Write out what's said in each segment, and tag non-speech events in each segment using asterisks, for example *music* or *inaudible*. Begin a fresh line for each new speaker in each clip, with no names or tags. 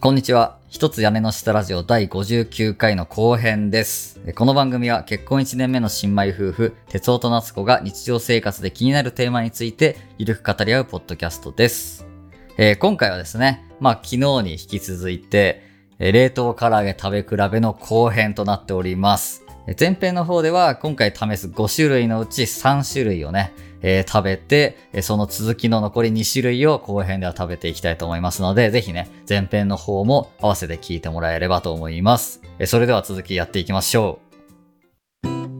こんにちは。一つ屋根の下ラジオ第59回の後編です。えこの番組は結婚1年目の新米夫婦、哲夫と夏子が日常生活で気になるテーマについてゆるく語り合うポッドキャストです。えー今回はですね、まあ昨日に引き続いて、えー冷凍唐揚げ食べ比べの後編となっております。えー前編の方では今回試す5種類のうち3種類をね、えー食べて、えーその続きの残り2種類を後編では食べていきたいと思いますので、ぜひね、前編の方も合わせて聞いてもらえればと思います。えーそれでは続きやっていきましょう。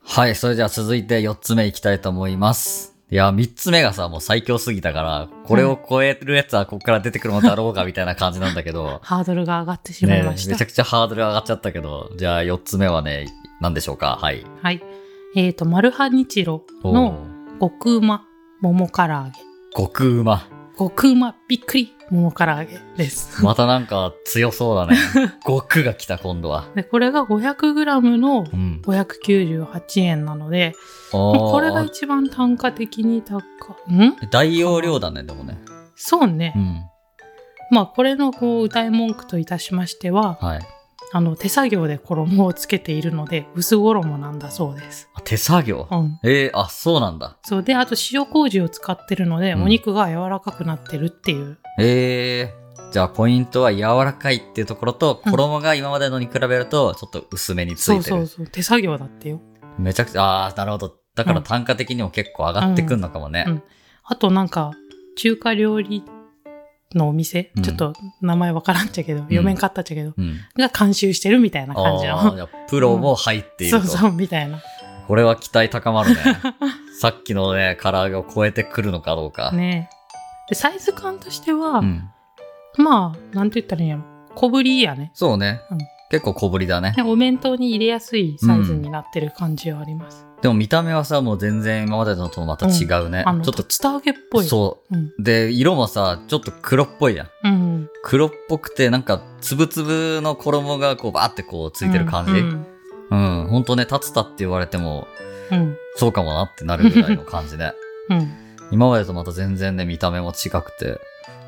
はい、それでは続いて4つ目いきたいと思います。いや、3つ目がさ、もう最強すぎたから、これを超えるやつはここから出てくるのだろうかみたいな感じなんだけど、
*laughs* ハードルが上がってしまいました。
ねめちゃくちゃハードル上がっちゃったけど、じゃあ4つ目はね、何でしょうかはい。
はい。えっ、と、マルハニチロ
お
の
ー
極うま桃唐揚げ。
極うま。
極うまびっくり桃唐揚げです。
またなんか強そう
*laughs*
だね。極が来た今度は。
でこれが 500g の
うん。
598円なので、まあ
お
これが一番単価的に高い。ん
大容量だね、でもね。
そうね。
うん。
まあ、これのこう、歌い文句といたしましては、
はい。
あの、手作業で衣をつけているので、薄衣なんだそうです。
あ手作業。
うん。
えー、あ、そうなんだ。
そうで、あと塩麹を使ってるので、
うん
お肉が柔らかくなってるっていう
えー、じゃあポイントは柔らかいっていうところと、
うん
衣が今までのに比べるとちょっと薄めについてる。
そうそうそう手作業だってよ
めちゃくちゃ、あー、なるほど。だから
うん
単価的にも結構上がってくんのかもね。
うんうんあとなんか中華料理のお店、
うん
ちょっと名前わからんっちゃけど、読めんかったっちゃけど
うん。
が監修してるみたいな感じ
あー
の
じゃあプロも入っている
そ
と。
うそうみたいな
これは期待高まるね。
*laughs*
さっきのね、唐揚げを超えてくるのかどうか。
ねでサイズ感としては、
うん。
まあなんて言ったらいいんやろ小ぶりやね
そうね。
うん
結構小ぶりだね
で。お弁当に入れやすいサイズになってる感じはあります、
でも見た目はさ、もう全然今までのとまた違うね。
あの
ち
ち
ょ
ょ
っ
っ
と
と下揚げっぽい、
そう
ん
う。で、色もさ、ちょっと黒っぽいじゃん。
うん、
黒っぽくて、なんか、つぶつぶの衣がこう、バーってこう、ついてる感じ。う。
うんん
ほんとね、立つたって言われても、
うん
そうかもなってなるぐらいの感じ
*laughs*
ね。
うん
今までとまた全然ね、見た目も違くて、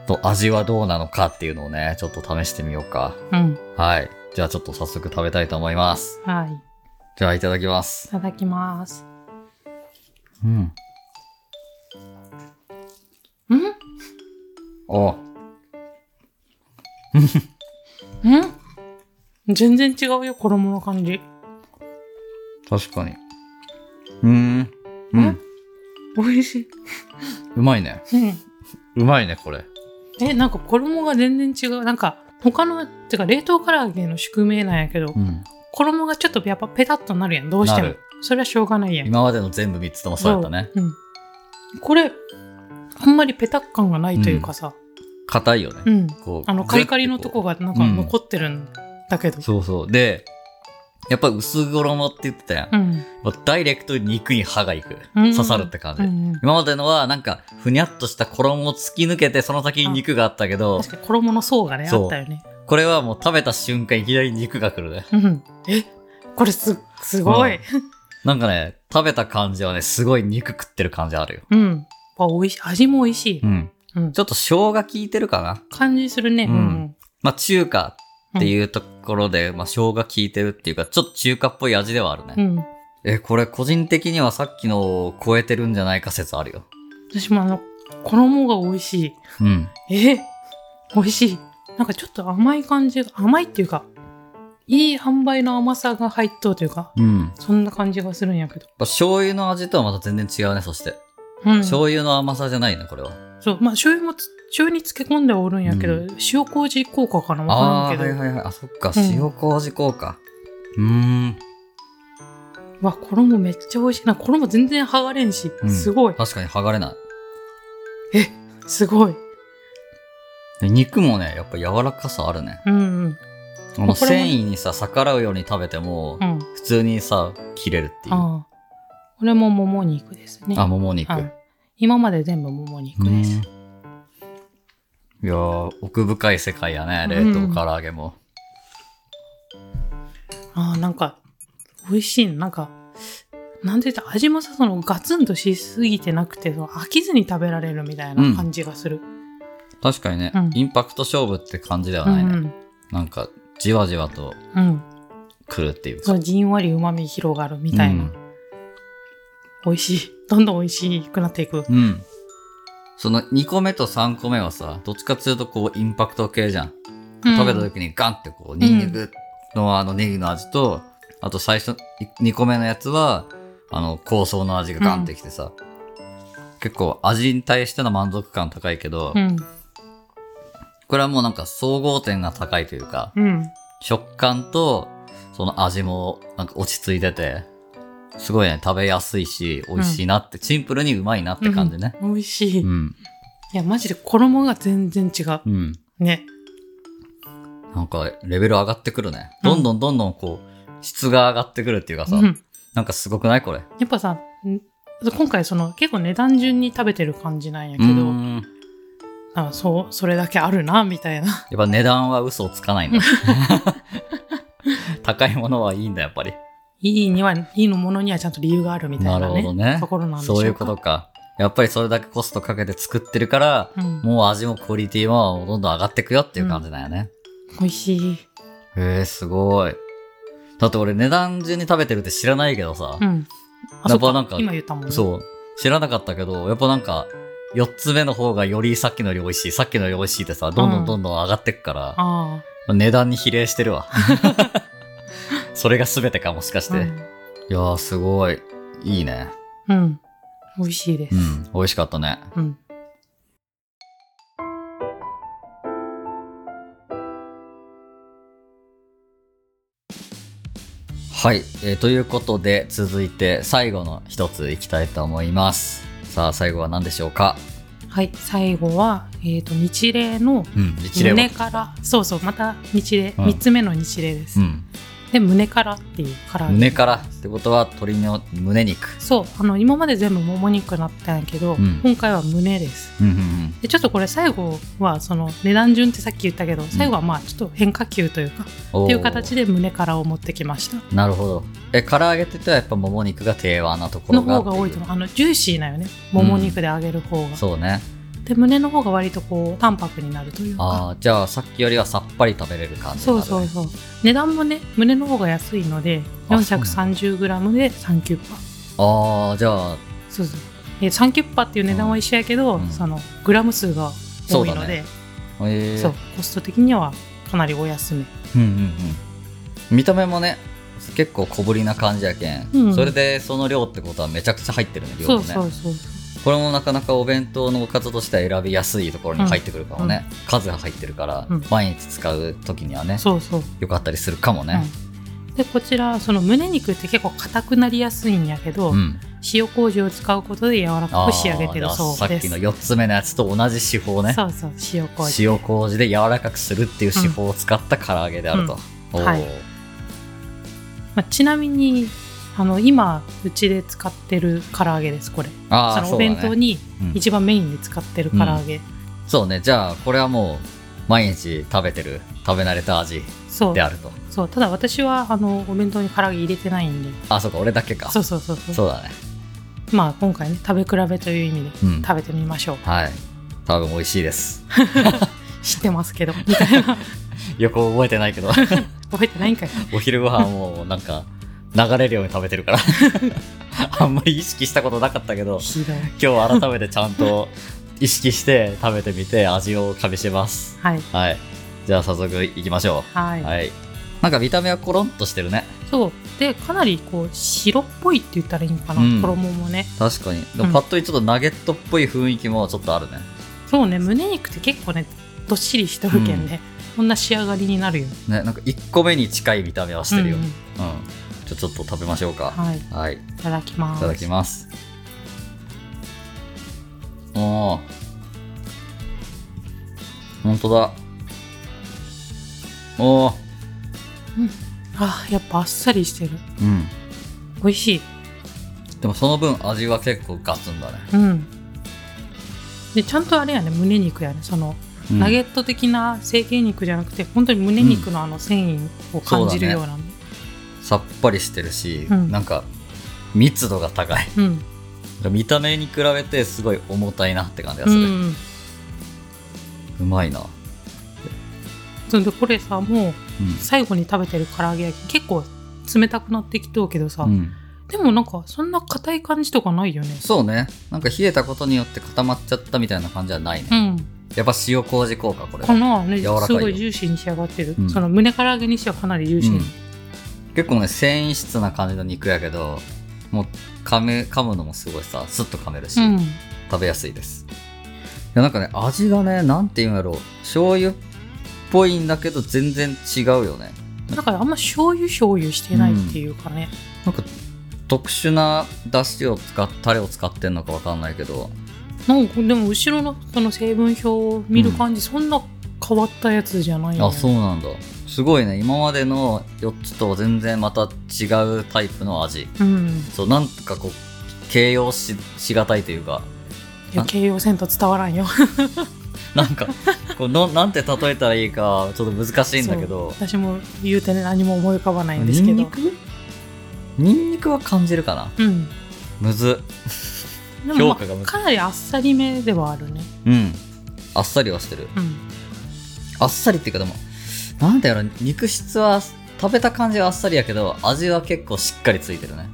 と、味はどうなのかっていうのをね、ちょっと試してみようか。
うん
はい。じゃあちょっと早速食べたいと思います。
はいい
じゃあいただきます。
ただきます
うん。
うん
お
うん全然違うよ、衣の感じ。
確かに。うーん。うん。
美味しい。
うまいね。
うん。
うまいね、これ。
え、なんか衣が全然違う。なんか、他の、てか冷凍唐揚げの宿命なんやけど
う、ん。
衣がちょっとやっぱペタッとなるやん、どうして
な
も
る。
それはしょうがないやん。
今までの全部3つともそうやったね。
そう。うん。これ、あんまりペタッ感がないというかさ、
硬いよね。
うん。
こう
あの、カリカリのとこ
が。
がなんか
うん
残ってるんだけど。
そうそう。で、やっぱ薄衣って言ってたやん。
うん。
もうダイレクトに肉に歯がいく。
うん
刺さるって感じ。
うんうん
今までのはなんか、ふにゃっとした衣を突き抜けて、その先に肉があったけど
確、かに衣の層がね、
そう
あったよね。
これはもう食べた瞬間いきなり肉が来るね。
うん。え、これす、すごい。
なんかね、食べた感じはね、すごい肉食ってる感じあるよ。
うん。あ、美味しい。味も美味しい。
うん。
うん
ち。ょっと生姜効いてるかな
感じするね。
う
うんん。
まあ中華って
う
いうところで、まあ生姜効いてるっていうか、ちょっと中華っぽい味ではあるね。
ん。うん。
え、これ個人的にはさっきのを超えてるんじゃないか説あるよ。
私もあの、衣が美味し
うん。
い。え美味しい。なんかちょっと甘い感じが、甘いっていうか、いい販売の甘さが入っとうというか、
うん。やっ
そんな感じがするんやけど。
ぱ醤油の味とはまた全然違うね、そして。
うん。
醤
そう。
油の甘さじゃないね、これは。
まあ、醤油もつ、醤油に漬け込んではおるんやけど、
う
塩麹効果かな
あ
わか
あ
らん
ー、
け
は
ど。
いはいはい。あ、そっか、
うん
塩麹効果。うーん。
わ、衣めっちゃ美味しいな。衣全然剥がれんし、
うん
すごい。
確かに剥がれない。
すごい。
で肉もね、やっぱ柔らかさあるね。
うんうん。
あの
これも
繊維にさ、逆らうように食べても、
うん。
普通にさ、切れるっていう。あ、
ああ。これももも肉ですね。
もも肉。
はい今まで全部もも肉です。
うんいやー、奥深い世界やね、冷凍唐揚げも。
ああ、なんか、美味しいの。なんか、なんて言ったら味もさ、そのガツンとしすぎてなくて、その飽きずに食べられるみたいな感じがする。
確かにね、
うん
インパクト勝負って感じでは
うん、
ないね。
うん、
なんか、じわじわと
うん。
来るっていう
そ
か。
う、じんわり旨味広がるみたいな。美味しい。 *laughs* どんどん美味しくなっていく。
うん。うん。その2個目と3個目はさ、どっちかっていうとこう、インパクト系じゃん。食べた時にガンってこう、ニンニクのあのネギの味と、あと最初、2個目のやつは、あの、香草の味がガンってきてさ、結構味に対しての満足感高いけど、
うん。
これはもうなんか総合点が高いというか、
うん。
食感とその味もなんか落ち着いてて、すごいね、食べやすいし、美味しいなって、シンプルにうまいなって感じね。
美味しい。
う
い
ん。
や、マジで衣が全然違う。
うん。
ね。
なんか、レベル上がってくるね。
うん
どんどんどんどんこう、質が上がってくるっていうか
う
さ、
ん。
なんかすごくないこれ。
やっぱさ、ん今回その結構値段順に食べてる感じなんやけ
う
ど、
ん。や
あそう、それだけあるな、みたいな。
っぱ値段は嘘をつかないん
*laughs*
だ。高いものはいいんだ、やっぱり。
いいには、いいのものにはちゃんと理由があるみたいな
な
ね。
るほどね
と。ころなんでしょうか。
そういうことか。やっぱりそれだけコストかけて作ってるから、
うん。
もう味もクオリティもどんどん上がってくよっていう感じだよね。
美味しい。
へえ、すごい。だって俺値段順に食べてるって知らないけどさ
う、ん。あ、
や
そ
っ
っ
ぱ
か
なんか
今言ったもんね。
そう、知らなかったけど、やっぱなんか、4つ目の方がよりさっきのより美味しい、さっきのより美味しいってさ、どんど
うんん
どんどん上がってくから、
あ
値段に比例してる *laughs* わ。それが全てかもしかし
あ。
て。いやー、すごい。いいね。
うん。うん。美味しいです
う。ん、美味しかったね。
うん。
はい、えーということで続いて最後の一ついきたいと思いますさあ最後は何でしょうか
はい。最後は、えっ、と、日例の
うん一例は
胸から、そうそう、また日例、
うん
三つ目の日例です。
うん
で、胸からっていうから揚げ
胸からってことは鶏の胸肉
そう、あの、今まで全部もも肉だったんやけど、
うん
今回は胸です。
うんうん
でちょっとこれ最後はその値段順ってさっき言ったけど最後はまあちょっと変化球というか、
うん
っていう形
で
で胸からを持ってきました
なるほどえ唐揚げって言ったらやっぱもも肉が定番なところ
の
が
方が多いと思うあのジューシーなよねもも肉で揚げる方が、
そうね
で胸の方が割とこう淡白になるというか
ああじゃあさっきよりはさっぱり食べれる感じにな
そう
るね
そうそう値段もね胸の方が安いので
あそうな
430g で3キュッパ
ああじゃあ
そうそうえ3キュッパっていう値段は一緒やけど、
うん
そのグラム数が多い
そうだ
ので
ねえー、
そうコスト的にはかなりお安め
うんうんうん見た目もね結構小ぶりな感じやけん、
うん
それでその量ってことはめちゃくちゃ入ってるね量も
そ
ね
うそうそう
これもなかなかお弁当のおかずとしては選びやすいところに入ってくるかもね、数が入ってるから、
うん
毎日使う時にはね
そうそう
よかったりするかもね
うんでこちらその胸肉って結構硬くなりやすいんやけど、
うん、
塩麹を使うことで柔らかく仕上げてる
あー
そう
さっ
です
きの4つ目のやつと同じ手法ね
そうそう塩麹
塩麹で柔らかくするっていう手法を使った唐揚げであると、
うん
おー
はいまあ、ちなみにあの今うちで使ってる唐揚げですこれ
あ
そ
あ
の
そ
お
うだね
弁当に
うん
一番メインで使ってる唐揚げ、
そうねじゃあこれはもう毎日食べてる食べ慣れた味
そう
であると
そうただ私はあのお弁当に唐揚げ入れてないんで
あそうか俺だけか
そ
そう
そうそうそう
うだね
まあ今回ね食べ比べという意味で
うん
食べてみましょう、
はい多分美味しい
*laughs*
です
知ってますけどみたいな
よく覚えてないけど
覚えてないんかい
お昼ご飯をなんか流れるように食べてるから *laughs* あんまり意識したことなかったけど
ひどい
今日改めてちゃんと意識して食べてみて味をかみします
はい
はいじゃあ早速いきましょ
は
う
い、
はいなんか見た目はコロンとしてるね
そうでかなりこう白っぽいって言ったらいいのかな、
うん
衣もね
確かにで
う
も
ん
パッと見ちょっとナゲットっぽい雰囲気もちょっとあるね
そうね胸肉って結構ねどっしりしとるけんね、こんな仕上がりになるよね
ねなんか1個目に近い見た目はしてるよ、
う
うんん
うん
じゃあちょっと食べましょうか
はいい
はい
ただきます
いただきます。おお。本当だ。おお。
あやっぱあっさりしてる
うん。
美味しい
でもその分味は結構ガツンだね。
うんでちゃんとあれやね胸肉やねその
うん
ナゲット的な成形肉じゃなくて本当に胸肉のあの繊維を感じるような、
さっぱりしてるし、
うん
なんか密度が高い
うん
見た目に比べてすごい重たいなって感じが
う、
する、うんまいな、うん、
それでこれさもう最後に食べてる唐揚げ焼き結構冷たくなってきとうけどさ、
うん
でもなんかそんな硬い感じとかないよね
そうねなんか冷えたことによって固まっちゃったみたいな感じはないね、
うん
やっぱ塩麹効果これ
このね
柔らかいよ
すごいジューシーに仕上がってる、
うん
その胸唐揚げにしてはかなりジューシー、
うん結構ね繊維質な感じの肉やけどもう噛む噛むのもすごいさスッと噛めるし、
うん
食べやすいですいやなんかね味がねなんていうんやろう醤油っぽいんだけど全然違うよね
だからあんま醤油醤油してないっていうかね、
なんか特殊なだしを使っタレを使ってんのかわかんないけど
なんかでも後ろのその成分表を見る感じ、そんな変わったやつじゃないよ、ね、
あそうなんだすごいね今までの4つと全然また違うタイプの味
うん
そうなんかこう形容ししがたいというか
いや
あ
形容せんと伝わらんよ
なんかこうのなんて例えたらいいかちょっと難しいんだけど
*laughs* そう私も言うてね何も思い浮かばないんです
ニ
け
ンニ
ど
クニンニクは感じるかな
うん
むずっ
でも、
評価が難
まあ、
しい
かなりあっさりめではあるね
うん。あっさりはしてる。
うん
あっさりっていうかでも、なんだよな、肉質は、食べた感じはあっさりやけど、味は結構しっかりついてるね。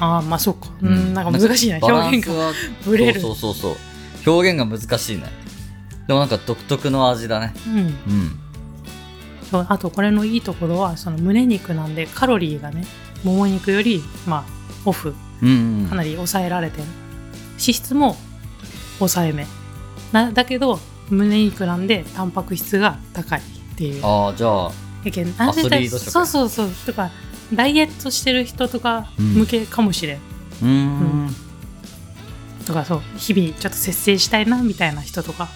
ああまあそうかうん、なんか難しいな
バラ
表
ン
現
ス
が
は、
ブレる
そうそうそうそう。表現が難しいね。でもなんか独特の味だね。
うん
うん。
そうあとこれのいいところはその胸肉なんでカロリーがねもも肉よりまあオフ
うん、うん。
かなり抑えられてる脂質も抑えめなだけど胸肉なんでタンパク質が高いっていう
ああ、じゃあ、
やけんなんで
アスリート食
そうそうそうとかダイエットしてる人とか
うん
向けかもしれん、
うーん。
とかそう日々ちょっと節制したいなみたいな人とか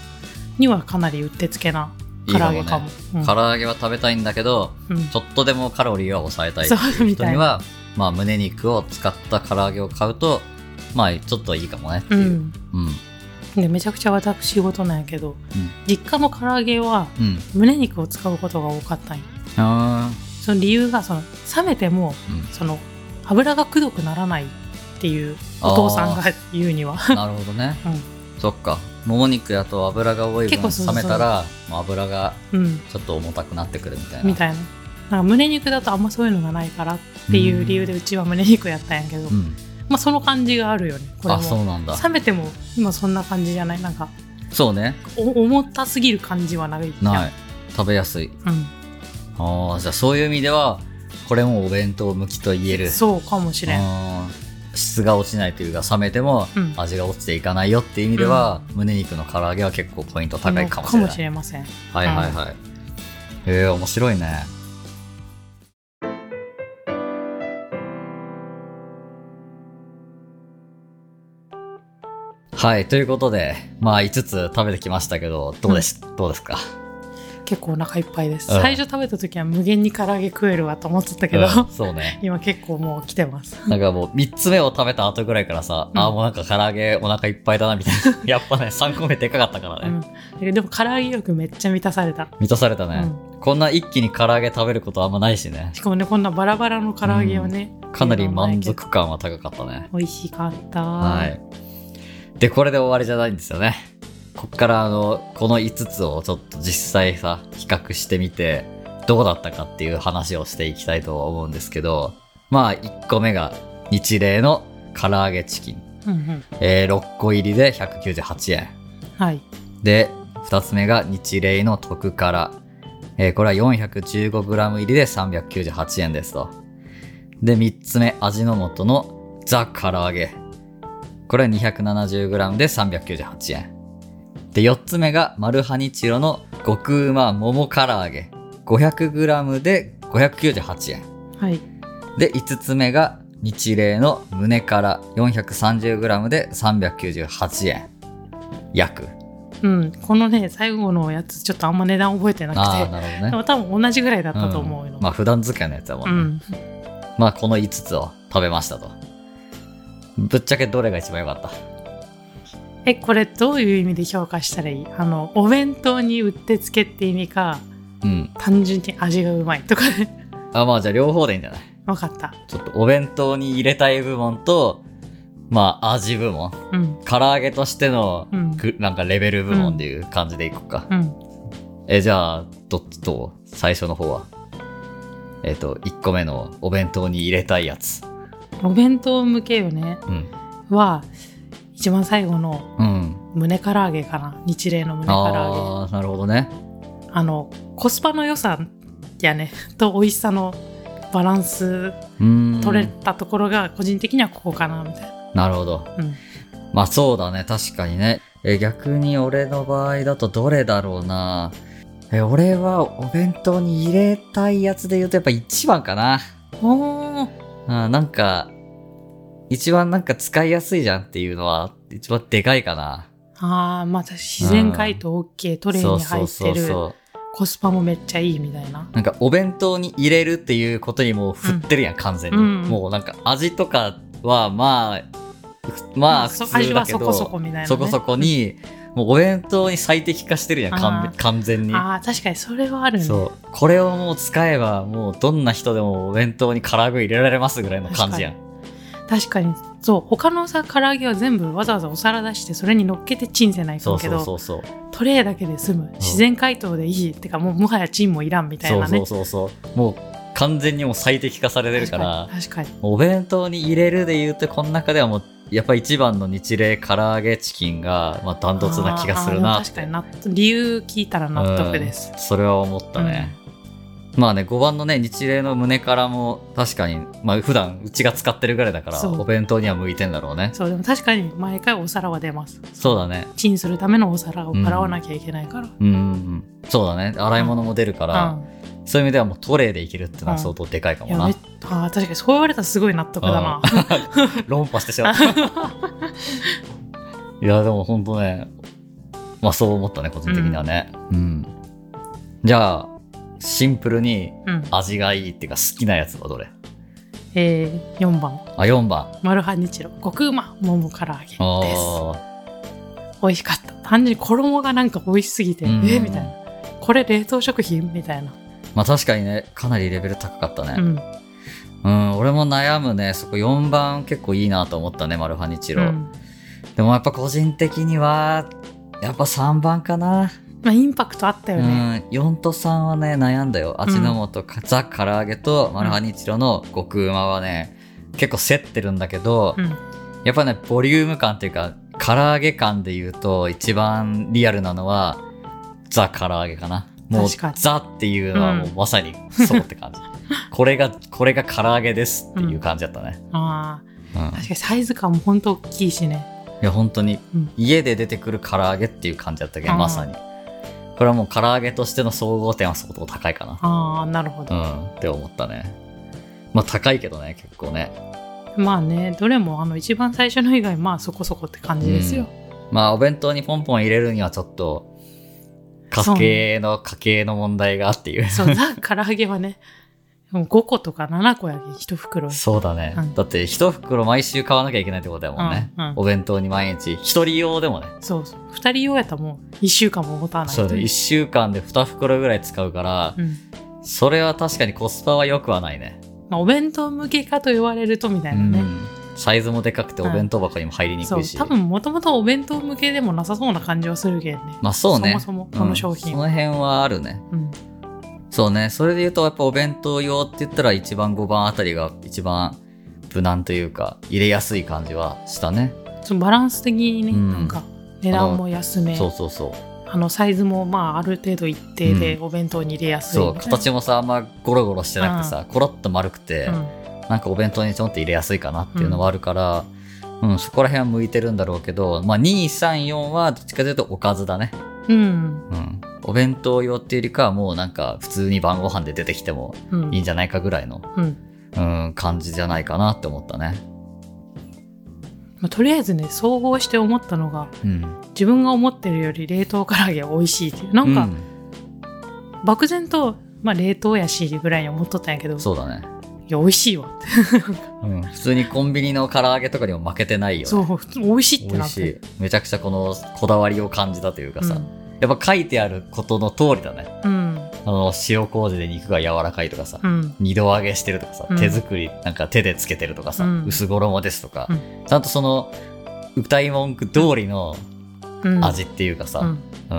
にはかなりうってつけない唐
いか
揚
も
げかも
ね。唐揚げは食べたいんだけど、
うんうん
ちょっとでもカロリーは抑えたいって
そう
いう
み
人
たい
に
な
は、まあ、胸肉を使った唐揚げを買うと、まあ、ちょっといいかもねって
う
いう。
ん
うん。
でめちゃくちゃ私仕事なんやけど、
うん
実家の唐揚げは
うん。
胸肉を使うことが多かったんよ
あ
その理由がその冷めても
う
その油がくどくならないっていうお父さんが言うには
ん、なるほどね、
*laughs* うん
そっかもも肉やと油が多い
結
分
構そうそう
冷めたらもう油が
うん
ちょっと重たくなってくるみたいな
みたいななんか胸肉だとあんまそういうのがないからっていう理由でうちは胸肉やったんやけど、
うん、
まあその感じがあるよねこれ
あそ
も
うなんだ
冷めても今そんな感じじゃないなんか
そうね
お重たすぎる感じはないじゃん
ない食べやすい
うん
ああじゃあそういう意味ではこれもお弁当向きと言える
そうかもしれん
あー質が落ちないというか冷めても
うん
味が落ちていかないよっていう意味では、胸肉の唐揚げは結構ポイント高いかもしれ
か
ない
もしれません
はいはいはい。えー、面白いね。はい、ということで、まあ5つ食べてきましたけど、どうでし、どうですか
結構お腹いっぱいです、
うん
最初食べた時は無限に唐揚げ食えるわと思ってたけ
う
ど、
んそうね。
*laughs* 今結構もう来てます *laughs*
なんかもう3つ目を食べた後ぐらいからさ、ああ、
うん
もうなんか唐揚げお腹いっぱいだなみたいな。 *laughs* やっぱね、3個目でかかったからね。
うん、でも唐揚げ欲めっちゃ満たされた、
満たされたね、
う
こんな一気に唐揚げ食べることあんまないしね
ん。しかもねこんなバラバラの唐揚げをね、
かなり満足感は高かったね。
美味しかった
はい。で、これで終わりじゃないんですよね。こっからあの、この5つをちょっと実際さ、比較してみて、どうだったかっていう話をしていきたいとは思うんですけど、まあ、1個目が日例の唐揚げチキン。
うんうん
えー6個入りで198円。
はい
で、2つ目が日例の特辛。えーこれは 415g 入りで398円ですと。で、3つ目、味の素のザ唐揚げ。これは 270g で398円。で、4つ目がマルハニチロの極うま桃唐揚げ。500g で598円。
はい
で、5つ目が日例の胸から 430g で398円。約。
うんこのね最後のやつちょっとあんま値段覚えてな
ああ、
く
なるほど
て
ね
で。も多分同じぐらいだったと思うよ、
んまあ普段使いのやつだも
うん
ね、
ん、
まあこの5つを食べましたとぶっちゃけどれが一番良かった
え、これどういう意味で評価したらいいあの、お弁当にうってつけって意味か、
うん。
単純に味がうまいとかね。 *laughs*
あ、まあじゃあ両方でいいんじゃない
わかった。
ちょっとお弁当に入れたい部門と、まあ味部門。
うん。
唐揚げとしての、
うん。
ぐなんかレベル部門でいう感じでいこうか。
うん。
え、じゃあ、どっちと最初の方は。えっ、と、1個目のお弁当に入れたいやつ。
お弁当向けよね。
うん。
は、一番最後の
うん。
胸唐揚げかな。日例の胸唐揚
ああ、なるほどね。
げ。あの、コスパの良さやね、 *laughs* と美味しさのバランス
うーん。
取れたところが、個人的にはここかな、みたいな。
なるほど。
うん。
まあそうだね、確かにね。え、逆に俺の場合だとどれだろうな。え、俺はお弁当に入れたいやつで言うとやっぱ1番かな。
おー。
あーなんか、一番なんか使いやすいじゃんっていうのは、一番でかいかな。
ああ、また自然解凍 OK、トレイ
そう
に
そ
入
う
って
そう
る。
そう。
コスパもめっちゃいいみたいな。
なんかお弁当に入れるっていうことにもう振ってるやん、完全に、
うん
もうなんか味とかはまあふまあ普
そ
通
味
だ
は
け
そ
ど
こそこみたいな、ね。
そこそこにもうお弁当に最適化してるやん完
あー
完全
うん。
に
ああ、確かにそれはあるね。
そうこれをもう使えばもうどんな人でもお弁当に唐揚げ入れられますぐらいの感じやん
確かに。そう。他のさ、唐揚げは全部わざわざお皿出して、それに乗っけてチンせないか
そ
ん
う
け
そう
ど、
そうそう
トレイだけで済む。自然解凍でいい。ってか、もうもはやチンもいらんみたい
そ
な
う
ね。
そうそうそうもう完全にもう最適化されてるから
確かに。確か
お弁当に入れるで言うとこの中ではもうやっぱ一番の日例唐揚げチキンがまあダン
に
トツな気がする
あ
な
ー確かに納得。理由聞いたら納得です。
うんそれは思ったね、まあね5番のね日例の胸からも確かにまあ普段うちが使ってるぐらいだから
そう
お弁当には向いてんだろうね
そう、でも確かに毎回お皿は出ます。
そうだね
チンするためのお皿を洗わなきゃいけないから。うん。
うんうんうんそうだね洗い物も出るから、そういう意味ではもうトレーでいけるってのは相当でかいか
い
も
や
な、
めっあー確かにそう言われたらすごい納得だな。
論破してし
*laughs*
まったいや、でも本当ね、まあそう思ったね、個人的にはね。うん。じゃあ、シンプルに
うん、
味がいいっていうか好きなやつはどれ
えー、4番
あ、4番。
マルハニチロ極うま桃唐揚げです
お
美味しかった単純に衣がなんか美味しすぎて、
ーうん
えーみたいなこれ冷凍食品みたいな、
まあ確かにね、かなりレベル高かった
う
ね。
ん
うん、俺も悩むね。そこ4番結構いいなと思ったね、マルハニチロ。
うん
でもやっぱ個人的には、やっぱ3番かな。
まあ、インパクトあったよね、
うん、4と3はね悩んだよ味の素、かザ唐揚げとマルハニチロの極うまはね結構競ってるんだけど、
うん
やっぱねボリューム感というか唐揚げ感で言うと一番リアルなのはザ唐揚げかなもう
確かに
ザっていうのはもう
う
まさにそうって
*laughs*
感じ、これがこれが唐揚げですっていう感じだったね、
あ
うん
ー
い
確かにサイズ感もほんと大きいしね
や本当に
うん
家で出てくる唐揚げっていう感じだったけど、
あー
まさにこれはもう唐揚げとしての総合点は相当高いかな
ああなるほ
う
ど、
ん、って思ったね。まあ高いけどね、結構ね。
まあねどれもあの一番最初の以外まあそこそこって感じですよ、
まあお弁当にポンポン入れるにはちょっと、家計の、家計の問題がっていう。
そうザ唐揚げはねもう5個とか7個やけ1袋
そうだね。
うん
だって一袋毎週買わなきゃいけないってことだもんね。
うんうん
お弁当に毎日。一人用でもね。
そうそう2人用やったらもう1週間も持たない
そうだね。一週間で二袋ぐらい使うから、
うん
それは確かにコスパは良くはないね。
まあ、お弁当向けかと言われるとみたいな
う
ね、
んサイズもでかくてお弁当箱にも入りに
そ
く
う
いし。
多分もともとお弁当向けでもなさそうな感じはするけんね、
まあそうね。
そもそもこの商
う
品
んそ
は、
の辺はあるね。
うん
そうね、それで言うと、やっぱお弁当用って言ったら、一番5番あたりが一番無難というか、入れやすい感じはしたね。
そのバランス的にね、
うん
なんか値段も安めあ
そう
の
そうそう。
サイズもまあある程度一定でお弁当に入れやすい
そう、
みたいな、
形もさ、あんまゴロゴロしてなくてさ、コロッと丸くて、なんかお弁当にちょんって入れやすいかなっていうのはあるから、うん、そこら辺は向いてるんだろうけど、まあ、2、3、4はどっちかというとおかずだね。
うん、うん
うん。お弁当用っていうよりかは、もうなんか普通に晩ご飯で出てきても
うん
いいんじゃないかぐらいの、
うん
うん、感じじゃないかなって思ったね。
まあ、とりあえずね総合して思ったのが
うん。
自分が思ってるより冷凍唐揚げは美味しいっていうなんか、
う
漠然と、まあ、冷凍やしぐらいに思っとったんやけど
んそうだね。
や、美味しいわって。
うん、普通にコンビニの唐揚げとかにも負けてないよ、ね、
そう、普通美味しいって
美
な
味
っ
して
る。
いめちゃくちゃこのこだわりを感じたというかさ、
うん
やっぱ書いてあることの通りだね
うん。
あの塩麹で肉が柔らかいとかさ、
うん。
二度揚げしてるとかさ、
うん
手作りなんか手でつけてるとかさ、
うん
薄衣ですとか、
うん
ちゃんとその歌い文句通りの
うん。
味っていうかさ、
う
うん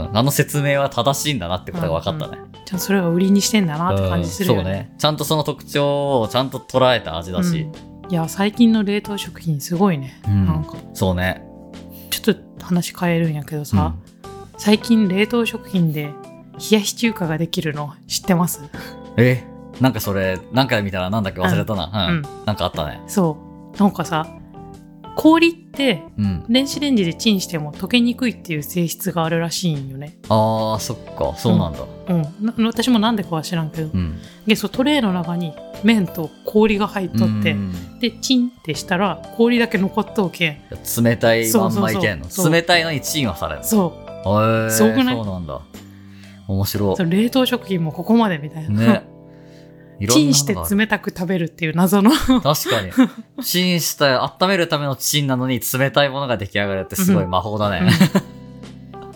ん。
あの説明は正しいんだなってことが分かったね、
じゃあ、それが売りにしてんだなって感じするよ
うんそう
ね。
ねちゃんとその特徴をちゃんと捉えた味だし、
うんいや、最近の冷凍食品すごいね。
うん
なんか、
そうね、
ちょっと話変えるんやけどさ、最近冷凍食品で冷やし中華ができるの知ってます
えなんかそれ何回見たらなんだっけ忘れたな、うん
うん
なんかあったね
そう。なんかさ、氷って
うん
電子レンジでチンしても溶けにくいっていう性質があるらしいんよね。
あーそっかそうなんだ
うん。な私もなんでかは知らんけど。
うん
で、そう、トレイの中に麺と氷が入っとって、
うん
で、チンってしたら氷だけ残っとうけん。
冷たいまんまいけんの
そうそうそう
冷たいのにチンはされる
そう。
へえ
すごくない
そうなんだ面白
そう冷凍食品もここまでみたい
い
な。
ねいろ
チ
ん
ン
な
して
のがある
冷たく食べるっていう謎の
確
*laughs*
かにチンした温めるためのチンなのに冷たいものが出来上がるってすごい魔法だね、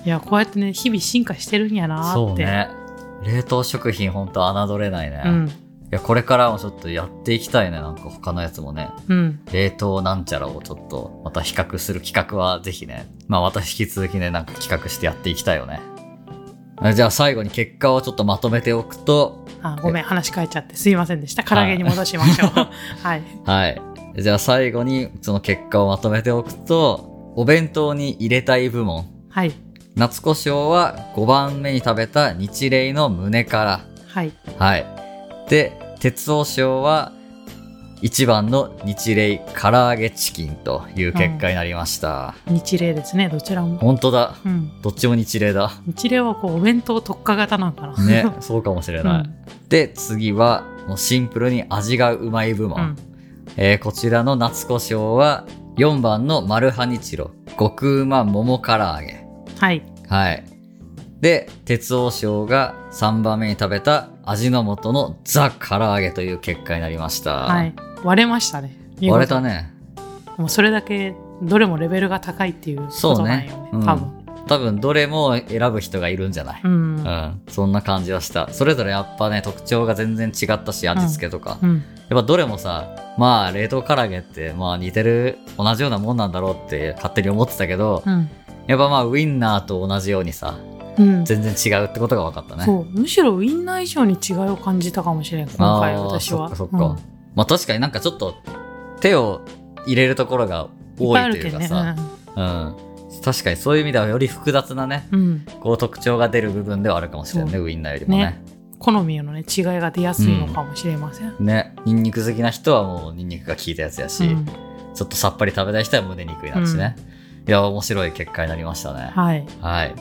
いやこうやってね日々進化してるんやなー
そう
って
ね冷凍食品ほんと侮れないね、
う
い
ん
やこれからもちょっとやっていきたいねなんか他のやつもね
うん
冷凍なんちゃらをちょっとまた比較する企画はぜひね、まあまた引き続きね、なんか企画してやっていきたいよね。あじゃあ最後に結果をちょっとまとめておくと、
あごめん話変えちゃってすいませんでした唐揚げに戻しましょうはい
はい。じゃあ最後にその結果をまとめておくと、お弁当に入れたい部門、
*laughs* はい
夏胡椒は5番目に食べた日霊の胸か
はい
ら、はい。で、鉄王賞は1番の日霊唐揚げチキンという結果になりました。
日例ですねどちらも、
本当だ。
うん、
どっちも日霊
*laughs*
だ。
日例はこうお弁当特化型なんかな *laughs*
ね、そうかもしれ
う
ない。
ん
で、次は、もうシンプルに味がうまい部
う
門。
ん
えーこちらの夏胡椒は、4番のマルハニチロ、極うま桃唐揚げ。
はい
はい。で、鉄王賞が3番目に食べた味の素のザ唐揚げという結果になりました。
はい割れましたね見事
割れたね。
もうそれだけどれもレベルが高いっていうことなんよね
そうねうん
多分
多分どれも選ぶ人がいるんじゃない、
うん
うん、そんな感じはした。それぞれやっぱね、特徴が全然違ったし、味付けとか。
うん
やっぱどれもさ、まあ冷凍唐揚げってまあ似てる同じようなもんなんだろうって勝手に思ってたけど、
うん
やっぱまあウインナーと同じようにさ、
うん
全然違うってことが分かったね。
そうむしろウインナー以上に違いを感じたかもしれん今回
あー
私は
そっかそっか。まあ確かになんかちょっと手を入れるところが
うんいっ
多
ぱいあ
いと
る
い
け
うんか
ね
さ、うん。確かにそういう意味ではより複雑なね、
うんうん
こう特徴が出る部分ではあるかもしれないね、ウインナーよりもね。
好みのね違いが出やすいのかもしれません、うん
ね、ニンニク好きな人はもうニンニクが効いたやつやし、ちょっとさっぱり食べたい人は胸肉になるしね。いや、面白い結果になりましたね。
はい
はい。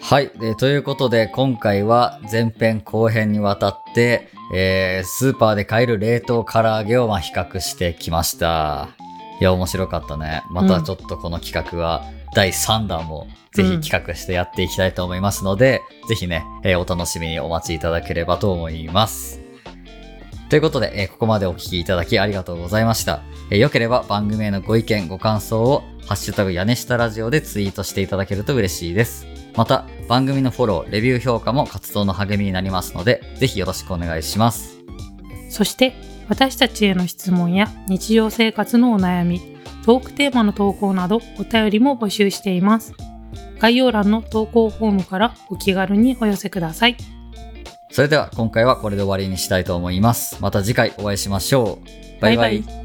はい、えーということで、今回は前編後編にわたって、えースーパーで買える冷凍唐揚げをまあ比較してきました。いや、面白かったね。またちょっとこの企画は第3弾もぜひ企画してやっていきたいと思いますので、ぜひね、えーお楽しみにお待ちいただければと思います。ということで、えーここまでお聞きいただきありがとうございました。えー良ければ番組へのご意見、ご感想を、ハッシュタグ屋根下ラジオでツイートしていただけると嬉しいです。また、番組のフォロー、レビュー評価も活動の励みになりますので、ぜひよろしくお願いします。
そして私たちへの質問や日常生活のお悩みトークテーマの投稿などお便りも募集しています概要欄の投稿フォームからお気軽にお寄せください
それでは、今回はこれで終わりにしたいと思います。また次回お会いしましょう。バイバイ